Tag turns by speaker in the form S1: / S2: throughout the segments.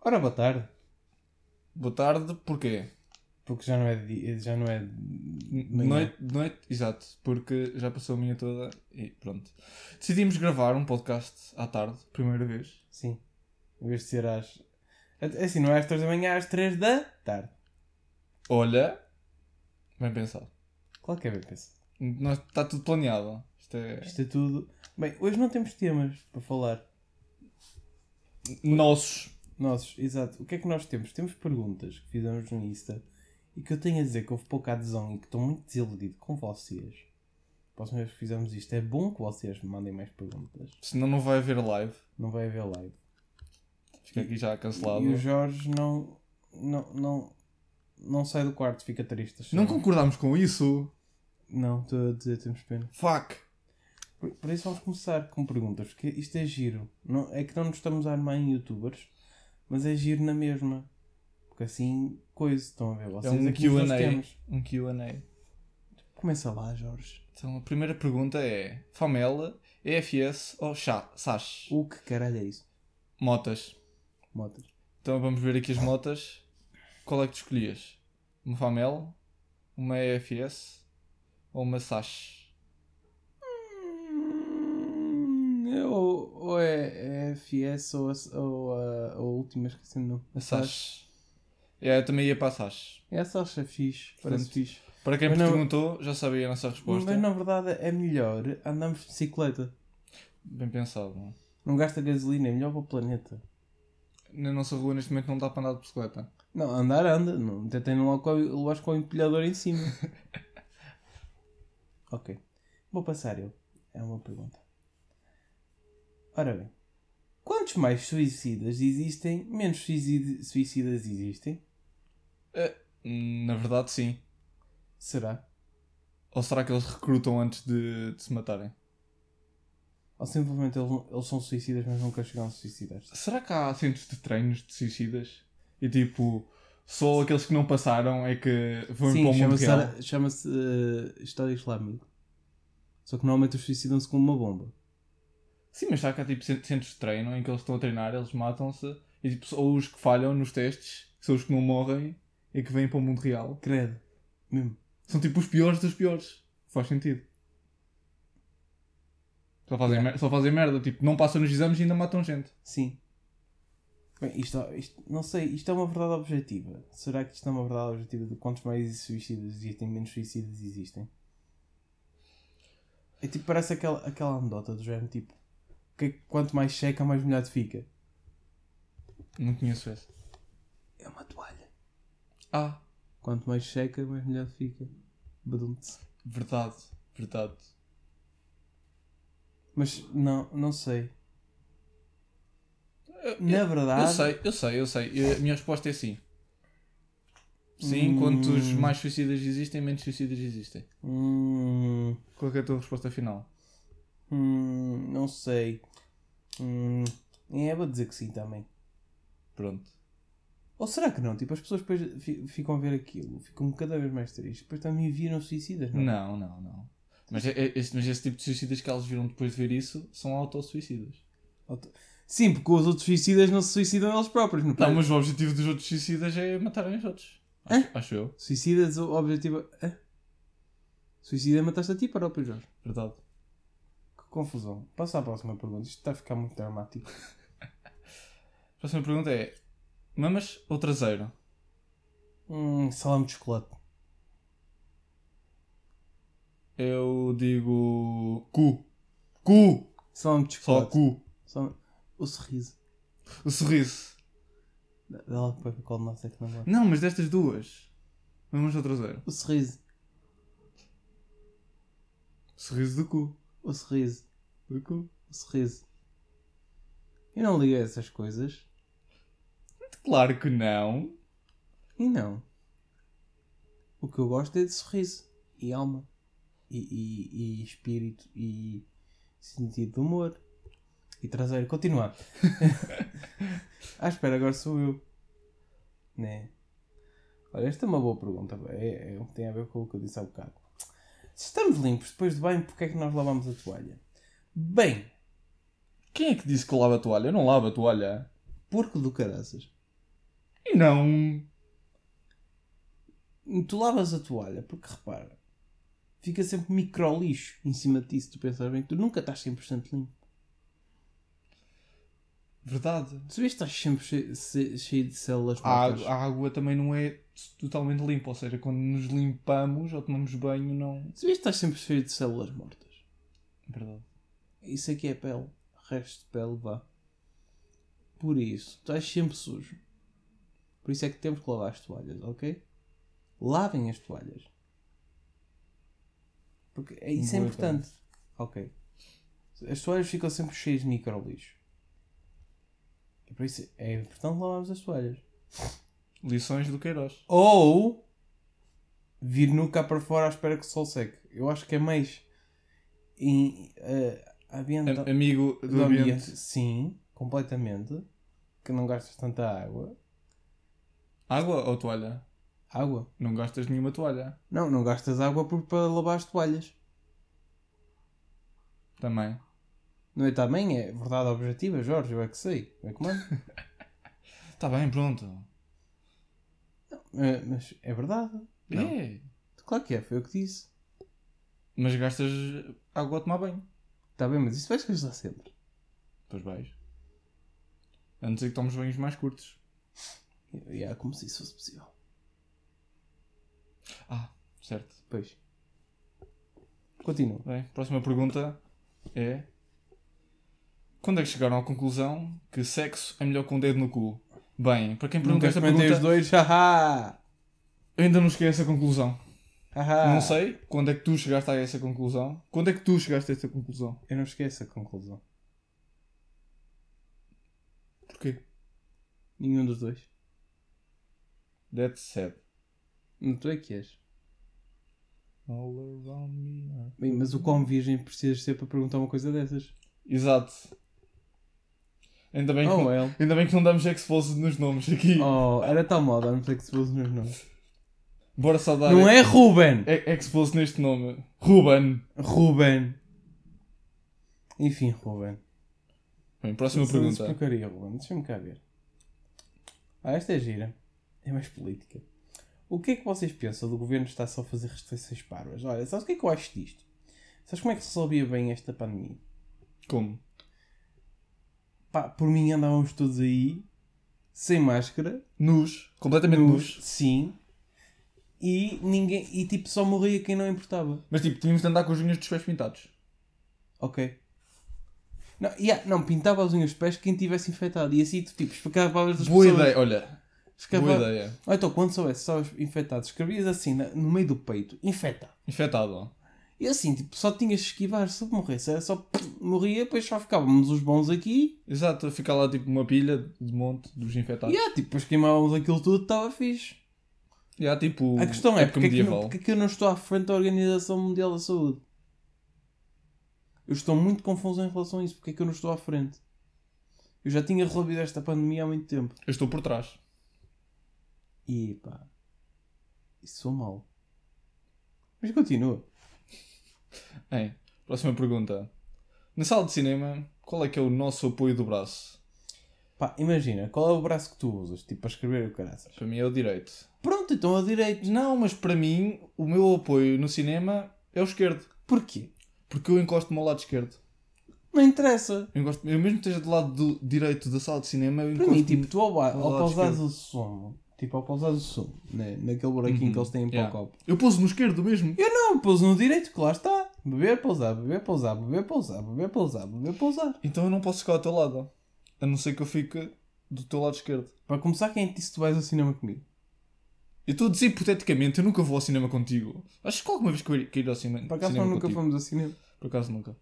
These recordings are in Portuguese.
S1: Ora, boa tarde.
S2: Boa tarde, porquê?
S1: Porque já não é. di- Já não é de manhã.
S2: Noite, noite, exato, porque já passou a minha toda e pronto. Decidimos gravar um podcast à tarde, primeira vez.
S1: Sim. Em vez de ser às. É Assim, não é às 3 da manhã, é às 3 da tarde.
S2: Olha, bem pensado.
S1: Claro que é bem pensado.
S2: Nós, está tudo planeado. Isto é
S1: Isto é tudo. Bem, hoje não temos temas para falar.
S2: nossos.
S1: Nossos, exato. O que é que nós temos? Temos perguntas que fizemos no Insta e que eu tenho a dizer que houve pouca adesão e que estou muito desiludido com vocês. Próxima vez que fizermos isto, é bom que vocês me mandem mais perguntas.
S2: Senão não vai haver live.
S1: Não vai haver live.
S2: Fica aqui já cancelado.
S1: E o Jorge não, não, não, não sai do quarto, fica triste. assim.
S2: Não concordámos com isso.
S1: Não, estou a dizer, temos pena.
S2: Fuck.
S1: Por, por isso vamos começar com perguntas, porque isto é giro. Não, é que não nos estamos a armar em youtubers, mas é giro na mesma. Porque assim, coisa, estão a ver
S2: É
S1: vocês
S2: um
S1: aqui nos dois
S2: QA.
S1: temas.
S2: Um QA.
S1: Começa lá, Jorge.
S2: Então a primeira pergunta é: Famela, EFS ou chá, Sash?
S1: O que caralho é isso?
S2: Motas.
S1: Motas.
S2: Então vamos ver aqui as motas. Qual é que tu escolhias? Uma Famel, uma EFS ou uma Sash?
S1: Ou, Hum, ou é, FS ou a, ou a, última, esqueci o nome.
S2: A Sash. É, eu também ia para a Sash.
S1: É a Sasha fixe,
S2: parece
S1: parece fixe.
S2: Para quem
S1: Mas
S2: me
S1: não-
S2: perguntou, já sabia a nossa resposta.
S1: Mas na verdade é melhor andarmos de bicicleta.
S2: Bem pensado. Não?
S1: Não gasta gasolina, é melhor para o planeta.
S2: Na nossa rua neste momento não dá para andar de bicicleta.
S1: Não, andar anda. Não, até tem logo o- logo com o empilhador em cima. ok. Vou passar eu. É uma pergunta. Ora bem. Quantos mais suicidas existem, menos suicid- suicidas existem?
S2: Hum, Na verdade, sim.
S1: Será?
S2: Ou será que eles recrutam antes de, de se matarem?
S1: Ou simplesmente eles, não- eles são suicidas, mas nunca chegam a suicidar-se?
S2: Será que há centros de treinos de suicidas? E tipo, só aqueles que não passaram é que vão para
S1: Sim,
S2: o mundo
S1: chama-se
S2: real?
S1: ara- chama-se eh, História Islâmica. Só que normalmente os suicidam-se com uma bomba.
S2: Sim, mas será que há tipo cent- centros de treino em que eles estão a treinar, eles matam-se e tipo, só os que falham nos testes, que são os que não morrem e que vêm para o mundo real.
S1: Credo. Mesmo.
S2: São tipo os piores dos piores. Faz sentido. Só fazem, mer- só fazem merda, tipo, não passam nos exames e ainda matam gente.
S1: Sim. Bem, isto, isto- não sei, isto é uma verdade objetiva. Será que isto é uma verdade objetiva de quantos mais suicidas existem, menos suicidas existem? É tipo, parece aquela, aquela anedota do género, tipo, que quanto mais checa, mais molhado fica.
S2: Não conheço essa.
S1: É uma toalha.
S2: Ah,
S1: Quanto mais checa, mais molhado fica. Badum-te.
S2: verdade, verdade.
S1: Mas não, não sei. Na verdade,
S2: Eh, Eu sei, eu sei, eu sei. Eu- A minha resposta é sim. Sim, quantos mais suicidas existem, menos suicidas existem.
S1: Hum,
S2: Qual é que é a tua resposta final?
S1: hum, não sei. Hum, é, vou dizer que sim também.
S2: Pronto.
S1: Ou será que não? Tipo, as pessoas depois fi- ficam a ver aquilo, ficam cada vez mais tristes, depois também viram suicidas, não?
S2: Não, não, não. Mas, é- é- esse, mas esse tipo de suicidas que elas viram depois de ver isso são autossuicidas.
S1: Sim, porque os outros suicidas não se suicidam eles próprios, não,
S2: Não, Tá, mas o objetivo dos outros suicidas é matarem os outros. Acho, acho eu.
S1: Suicidas, o objetivo. é- Hã? Suicida mataste a ti próprio, Jorge.
S2: Verdade.
S1: Que confusão. Passa à próxima pergunta, isto está a ficar muito dramático.
S2: A próxima pergunta é: mamas ou traseiro?
S1: Hum, salame de chocolate.
S2: Eu digo. Cu. Cu!
S1: Salame de
S2: Só
S1: chocolate.
S2: cu.
S1: Salame- O sorriso.
S2: O sorriso.
S1: Dá dá lá para ver qual de nós é que não gosta.
S2: Não, mas destas duas. Mamas ou traseiro?
S1: O sorriso.
S2: Sorriso do cu.
S1: O sorriso.
S2: Do cu.
S1: O sorriso. Eu não ligo a essas coisas.
S2: Claro que não.
S1: E não. O que eu gosto é de sorriso. E alma. E, e- e espírito. E sentido de humor. E traseiro. Continuar. ah, espera, agora sou eu. Né? Olha, esta é uma boa pergunta. É, é- tem a ver com o que eu disse há bocado. Se estamos limpos depois de banho, porque é que nós lavamos a toalha? Bem,
S2: Quem é que disse que lava a toalha? Eu não lavo a toalha.
S1: porco do caraças.
S2: E não.
S1: Tu lavas a toalha, porque repara, fica sempre micro lixo em cima de ti se tu pensares bem que tu nunca estás 100% limpo.
S2: Verdade.
S1: Tu vês que estás sempre che- che- cheio, de células
S2: A
S1: mortas.
S2: água, a água também não é totalmente limpa, ou seja, quando nos limpamos ou tomamos banho, não.
S1: Tu vês que estás sempre cheio de células mortas.
S2: Verdade.
S1: Isso aqui é pele. Resto de pele, vá. Por isso, estás sempre sujo. Por isso é que temos que lavar as toalhas, ok? Lavem as toalhas. Porque é- isso é
S2: Boa
S1: importante. Ok. As toalhas ficam sempre cheias de micro-lixo. E Por isso é importante lavarmos as toalhas.
S2: Lições do Queiroz.
S1: Ou vir nu cá para fora à espera que o sol seque. Eu acho que é mais. Em, eh, ambiental-
S2: Am- amigo do,
S1: do
S2: ambiente.
S1: ambiente. Sim, completamente. Que não gastas tanta água.
S2: Água ou toalha?
S1: Água?
S2: Não gastas nenhuma toalha.
S1: Não, não gastas água por, para lavar as toalhas.
S2: Também.
S1: Não é também? É verdade objetiva, Jorge, eu é que sei. Eu é que mando.
S2: Está Tá bem, pronto.
S1: É, mas é verdade. Não.
S2: É.
S1: Claro que é, foi eu que disse.
S2: Mas gastas água a tomar banho.
S1: Está Tá bem, mas isso vais gastar sempre.
S2: Pois vais. A não ser que tomes banhos mais curtos.
S1: E é como se isso fosse possível.
S2: Ah, certo.
S1: Pois. Continua.
S2: Bem, próxima pergunta é: Quando é que chegaram à conclusão que sexo é melhor com o dedo no cu? Bem, para quem pergunta
S1: Nunca
S2: esta
S1: experimentei os
S2: pergunta,
S1: dois. Haha!
S2: eu ainda não cheguei a essa conclusão.
S1: Haha!
S2: Não sei quando é que tu chegaste a essa conclusão. Quando é que tu chegaste a essa conclusão?
S1: Eu não esqueço a conclusão.
S2: Porquê?
S1: Nenhum dos dois.
S2: That's sad.
S1: Não tu é que és.
S2: All around me are-
S1: Bem, mas o quão virgem precisas ser para perguntar uma coisa dessas?
S2: Exato. Ainda bem, que,
S1: Oh,
S2: não-
S1: well.
S2: ainda bem que não damos exposed nos nomes aqui.
S1: Oh, era tal moda, não sei que se fosse nos nomes.
S2: Bora só dar
S1: Não é Ruben!
S2: e- exposed neste nome. Ruben.
S1: Ruben! Enfim, Ruben.
S2: Bem, próxima
S1: Isso- isso
S2: pergunta.
S1: porcaria, Ruben. Deixa-me cá ver. Ah, esta é gira. É mais política. O que é que vocês pensam do governo estar só a fazer restrições parvas? Olha, sabes o que é que eu acho disto? Sabes como é que se resolvia bem esta pandemia?
S2: Como?
S1: Pá, por mim andávamos todos aí, sem máscara,
S2: Nus. Completamente nus.
S1: sim, e ninguém, e tipo só morria quem não importava.
S2: Mas tipo, tínhamos de andar com os unhas dos pés pintados.
S1: Ok. Não, yeah, não, pintava as unhas dos pés quem tivesse infectado. E assim tu tipo, escapavas das
S2: Boa
S1: pessoas. é
S2: ideia, olha.
S1: Escapava...
S2: Boa ideia.
S1: Ou então, quando soubesse que estavas infectado, escrevias assim na- no meio do peito, infectado.
S2: Infetado.
S1: E assim, tipo, só tinhas de esquivar se morresse. Era só morria, depois só ficávamos os bons aqui.
S2: Exato, fica lá tipo uma pilha de monte dos infectados.
S1: E
S2: Yeah.
S1: yeah, tipo, depois queimávamos aquilo tudo, estava fixe.
S2: tipo,
S1: A questão é,
S2: época
S1: porque, é que eu não,
S2: medieval.
S1: porque é que eu não estou à frente da Organização Mundial da Saúde? Eu estou muito confuso em relação a isso. Porque é que eu não estou à frente? Eu já tinha resolvido esta pandemia há muito tempo.
S2: Eu estou por trás.
S1: E pá, isso sou mal. Mas continua.
S2: Hein, próxima pergunta. Na sala de cinema, qual é que é o nosso apoio do braço?
S1: Pá, imagina, qual é o braço que tu usas? Tipo, para escrever o caraças.
S2: Para mim é o direito.
S1: Pronto, então a direito.
S2: Não, mas para mim, o meu apoio no cinema é o esquerdo.
S1: Porquê?
S2: Porque eu encosto-me ao lado esquerdo.
S1: Não interessa.
S2: Eu, encosto, eu mesmo que esteja do lado do direito da sala de cinema, eu
S1: Para
S2: encosto
S1: mim, tipo, tu ao, ba-
S2: ao
S1: ao
S2: lado
S1: pausares
S2: esquerdo.
S1: o sumo, tipo, ao pausares o sumo, né, naquele buraquinho
S2: Uhum,
S1: que eles têm
S2: yeah.
S1: para o copo.
S2: Eu pouso no esquerdo mesmo.
S1: Não, pôs no direito, que lá está. Beber, pousar, beber, pousar, beber, pousar, beber, pousar, beber, pousar.
S2: Então eu não posso ficar ao teu lado. A não ser que eu fique do teu lado esquerdo.
S1: Para começar, quem te disse que tu vais ao cinema comigo?
S2: Eu estou a dizer hipoteticamente, eu nunca vou ao cinema contigo. Acho que alguma vez que eu ir, que ir ao cine- cinema,
S1: Para acaso nós nunca
S2: contigo.
S1: fomos ao cinema.
S2: Por acaso nunca.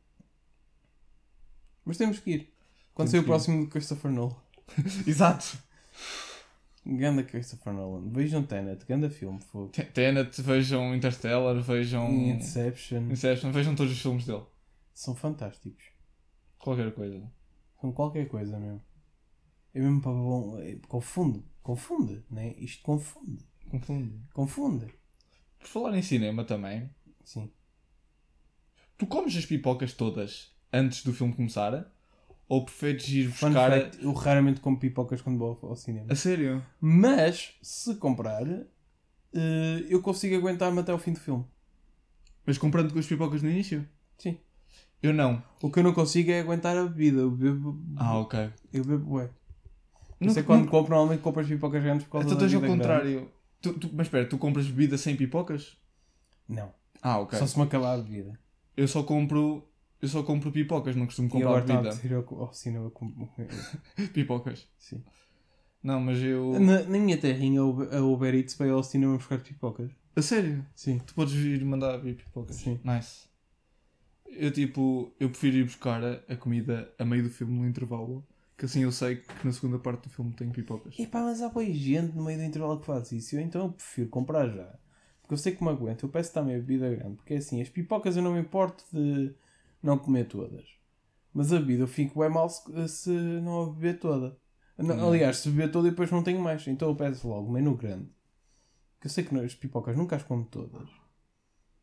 S1: Mas temos que ir. Quando
S2: Temos
S1: sair o
S2: que ir.
S1: próximo do Christopher Nolan.
S2: Exato.
S1: Ganda Christopher Nolan. Vejam Tenet, ganda filme, fogo.
S2: T- Tenet, vejam Interstellar, vejam
S1: Inception.
S2: Inception, vejam todos os filmes dele.
S1: São fantásticos.
S2: Qualquer coisa.
S1: São qualquer coisa mesmo. É mesmo para bom. é- Confunde. Confunde, né? Isto confunde.
S2: Confundo.
S1: Confunde.
S2: Por falar em cinema também,
S1: Sim.
S2: tu comes as pipocas todas antes do filme começar? ou preferes ir
S1: Fun
S2: buscar. a-
S1: fact, eu raramente como pipocas quando vou ao- ao cinema.
S2: A sério?
S1: Mas, se comprar, eh, eu consigo aguentar-me até ao fim do filme.
S2: Mas comprando com as pipocas no início?
S1: Sim.
S2: Eu não.
S1: O que eu não consigo é aguentar a bebida. Eu bebo.
S2: Ah, ok.
S1: Eu bebo, ué. Não
S2: Nunca-
S1: sei quando compro, normalmente compro as pipocas grandes por causa
S2: Então
S1: da
S2: tens ao
S1: bebida grande.
S2: contrário. Tu- tu- mas espera, tu compras bebida sem pipocas?
S1: Não.
S2: Ah, ok.
S1: Só se me acabar a bebida.
S2: Eu só compro. Eu só compro pipocas, não costumo
S1: e
S2: comprar
S1: agora estava
S2: bebida.
S1: a dizer ao, ao cinema. Com...
S2: Pipocas.
S1: Sim.
S2: Não, mas eu.
S1: Na, na minha terrinha, a Uber- a Uber Eats veio ao cinema buscar pipocas.
S2: A sério?
S1: Sim.
S2: Tu podes vir mandar vir pipocas.
S1: Sim.
S2: Nice. Eu tipo, eu prefiro ir buscar a, a comida a meio do filme no intervalo, que assim eu sei que na segunda parte do filme tem pipocas.
S1: Epá, mas há boa gente no meio do intervalo que faz isso. Eu então eu prefiro comprar já. Porque eu sei que me aguento. Eu peço também a bebida grande. Porque é assim, as pipocas eu não me importo de não comer todas. Mas a bebida eu fico bem mal se, se não a beber toda. Não,
S2: Hum.
S1: Aliás, se beber toda e depois não tenho mais. Então eu peço logo menu grande. Porque eu sei que não- as pipocas nunca as como todas.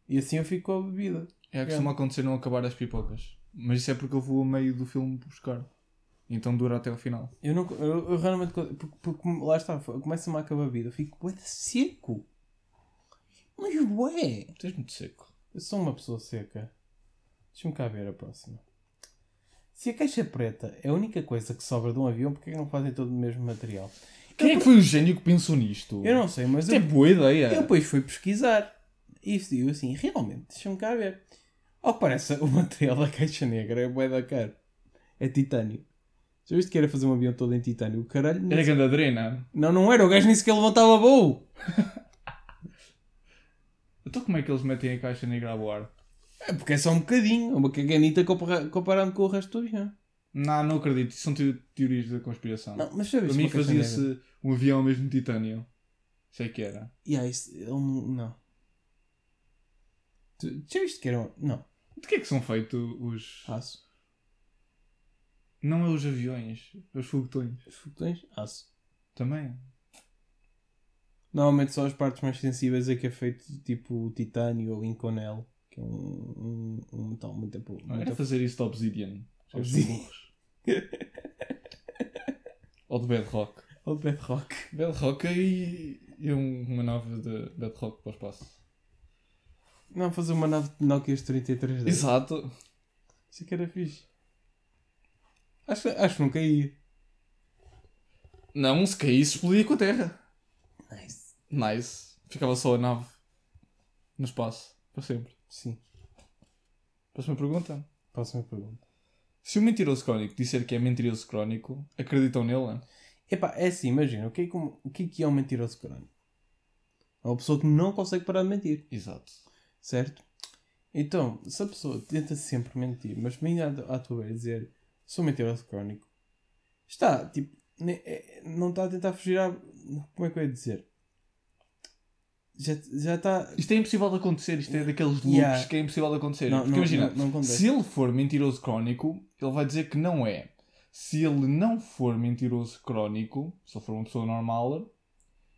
S1: E assim eu fico com a bebida.
S2: É, costuma acontecer não acabar as pipocas. Mas isso é porque eu vou a meio do filme buscar. Então dura até o final.
S1: Eu, não, eu, eu raramente. co- Porque, porque lá está, começa-me a acabar a bebida. Eu fico bué de seco. Mas ué!
S2: Tu és muito seco.
S1: Eu sou uma pessoa seca. Deixa-me cá ver a próxima. Se a caixa preta é a única coisa que sobra de um avião, porque é que não fazem todo o mesmo material?
S2: Quem é que foi o gênio que pensou nisto?
S1: Eu não sei, mas
S2: Isto é
S1: eu,
S2: boa ideia.
S1: eu depois fui pesquisar. E isso digo assim, realmente, deixa-me cá ver. Ao que parece, o material da caixa negra é bué da cara. É titânio. Já viste que era fazer um avião todo em titânio? Caralho, nem
S2: Era grande adrena.
S1: Não, não era. O gajo nem sequer levantava voo.
S2: Então como é que eles metem a caixa negra a voar?
S1: É porque é só um bocadinho. Uma caganita compara- comparando com o resto do avião.
S2: Não, não acredito. Isso são teo- teorias da conspiração.
S1: Não, mas sabes
S2: Para
S1: uma
S2: mim
S1: coisa negra?
S2: fazia-se um avião mesmo de titânio. Sei que era.
S1: Yeah, isso, ele não... Não. Tu já viste que era um... Não.
S2: De que é que são feitos os...
S1: Aço.
S2: Não é os aviões, é os foguetões.
S1: Os foguetões? Aço.
S2: Também.
S1: Normalmente só as partes mais sensíveis é que é feito tipo titânio ou inconel. Que é um, um, um metal muito... muito
S2: Não, era fazer isso de obsidian. Já os
S1: Obsidian.
S2: burros. Ou de bedrock.
S1: Ou de bedrock.
S2: Bedrock e, e um- uma nave de bedrock para o espaço.
S1: Não, fazer uma nave de Nokia 3310.
S2: Exato.
S1: Isso é que era fixe. Acho, acho que nunca ia.
S2: Não, se caísse explodia com a terra.
S1: Nice.
S2: Nice. Ficava só a nave no espaço. Para sempre.
S1: Sim.
S2: Próxima pergunta.
S1: Próxima pergunta.
S2: Se o mentiroso crónico disser que é mentiroso crónico, acreditam nele?
S1: Epá, é assim, imagina, o que é, que um- o que é que é um mentiroso crónico? É uma pessoa que não consegue parar de mentir,
S2: Exato.
S1: certo? Então, se a pessoa tenta sempre mentir, mas vem à, à tua beira dizer sou um mentiroso crónico, está, tipo, ne- é- não está a tentar fugir à... Como é que eu ia dizer? Já, já está...
S2: Isto é impossível de acontecer, isto é daqueles loops
S1: Yeah.
S2: que é impossível de acontecer.
S1: Não,
S2: Porque
S1: não,
S2: imagina,
S1: não, não acontece.
S2: se ele for mentiroso crónico, ele vai dizer que não é. Se ele não for mentiroso crónico, se ele for uma pessoa normal,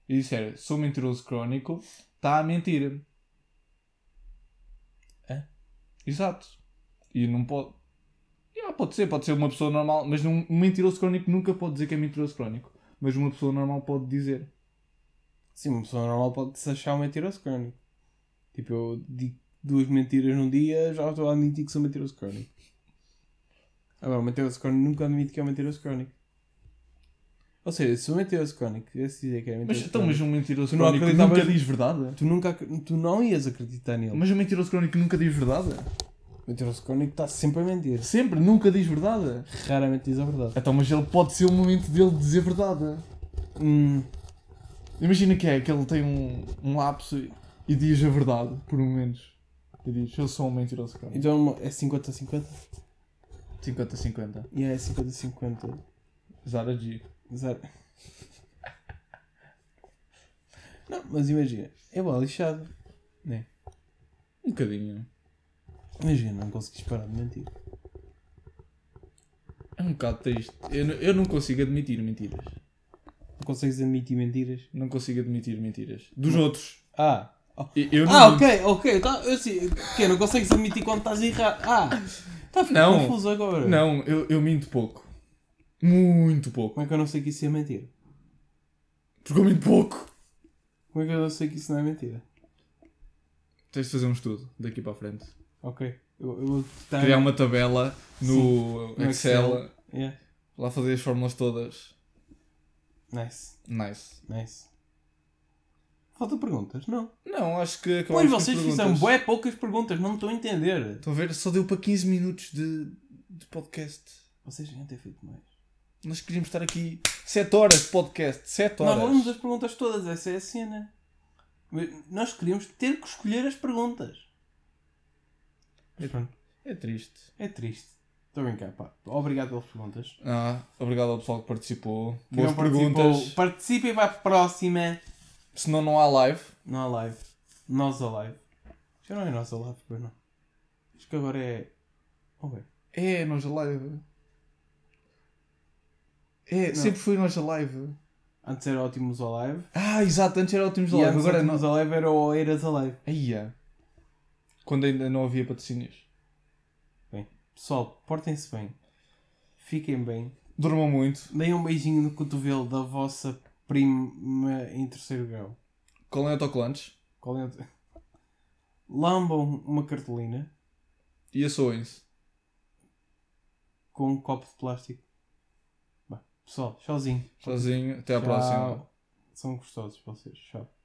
S2: e disser sou mentiroso crónico, está a mentir.
S1: É?
S2: Exato. E não pode. Yeah, pode ser, pode ser uma pessoa normal, mas não- um mentiroso crónico nunca pode dizer que é mentiroso crónico. Mas uma pessoa normal pode dizer.
S1: Sim, uma pessoa normal pode se achar um mentiroso crónico. Tipo, eu digo duas mentiras num dia, já estou a admitir que sou mentiroso crónico. Agora, o mentiroso crónico nunca admite que é um mentiroso crónico. Ou seja, se o mentiroso crónico tivesse dizer que era
S2: Mas
S1: mentiroso
S2: então, mas
S1: crónico,
S2: um mentiroso
S1: Tu não
S2: crónico
S1: acreditavas-
S2: nunca diz verdade?
S1: tu, nunca, ac- tu não ias acreditar nele.
S2: Mas um mentiroso crónico nunca diz verdade?
S1: O mentiroso crónico está sempre a mentir.
S2: Sempre, nunca diz verdade.
S1: Raramente diz a verdade.
S2: Então, mas ele pode ser o momento dele de dizer verdade.
S1: Hum,
S2: Imagina que é que ele tem um, um lapso e, e diz a verdade, por momentos. E diz, eu sou um mentiroso crónico.
S1: então é uma- é 50 a 50?
S2: 50-50.
S1: E yeah, é 50 a 50.
S2: Zara G.
S1: Zero. Não, mas imagina, é boa lixado. né?
S2: Um bocadinho.
S1: Imagina, não consegues parar de mentir.
S2: É um bocado triste. Eu, n- eu não consigo admitir mentiras.
S1: Não consegues admitir mentiras.
S2: Não consigo admitir mentiras. Dos outros.
S1: Ah.
S2: E- Eu não
S1: Ah, ok, ok. Tá, eu sei. Que não consegues admitir quando estás errado. Ah. Está a ficar
S2: Não.
S1: confuso agora.
S2: Não, eu, eu minto pouco. Muito pouco.
S1: Como é que eu não sei que isso é mentira?
S2: Porque eu minto pouco.
S1: Como é que eu não sei que isso não é mentira?
S2: Tens de fazer um estudo daqui para a frente.
S1: Ok. Eu, eu vou tentar-
S2: Criar um uma tabela no
S1: No
S2: Excel.
S1: Excel. Yeah.
S2: Lá fazer as fórmulas todas.
S1: Nice,
S2: Nice.
S1: nice. Falta perguntas? Não.
S2: Não, Então acho que
S1: Pois
S2: acabamos com as
S1: vocês
S2: perguntas.
S1: fizeram bué poucas perguntas, não me estou a entender.
S2: Estão a ver? Só deu para 15 minutos de, de podcast.
S1: Vocês deviam ter feito mais.
S2: Nós queríamos estar aqui 7 horas de podcast. 7
S1: Nós
S2: horas.
S1: lemos as perguntas todas, essa é a cena. Mas Nós queríamos ter que escolher as perguntas. Mas pronto,
S2: É triste.
S1: é triste. Estou a brincar, pá. Obrigado pelas perguntas.
S2: Ah, obrigado ao pessoal que participou.
S1: Quem
S2: Boas
S1: não participou,
S2: perguntas.
S1: Participem para a próxima.
S2: Senão não há live.
S1: Não há live. Nós a live. Já não é nós a live, pois não. Acho que agora é. Oh, é.
S2: É, nós a live. É,
S1: Não.
S2: sempre foi nós a live.
S1: Antes era ótimos a live.
S2: Ah, exato, antes era Ótimos da
S1: E
S2: Live,
S1: antes
S2: agora é nós.
S1: ótimos a live era o Eiras a live.
S2: Aí é. Quando ainda não havia patrocínios.
S1: Pessoal, portem-se bem. Fiquem bem.
S2: Durmam muito.
S1: Deem um beijinho no cotovelo da vossa prima em terceiro grau.
S2: Colem autocolantes.
S1: Qual é o... Lambam uma cartolina
S2: E assoem-se.
S1: com um copo de plástico. Bem, pessoal, sozinho.
S2: Sozinho. Até à próxima.
S1: São gostosos vocês. Tchau.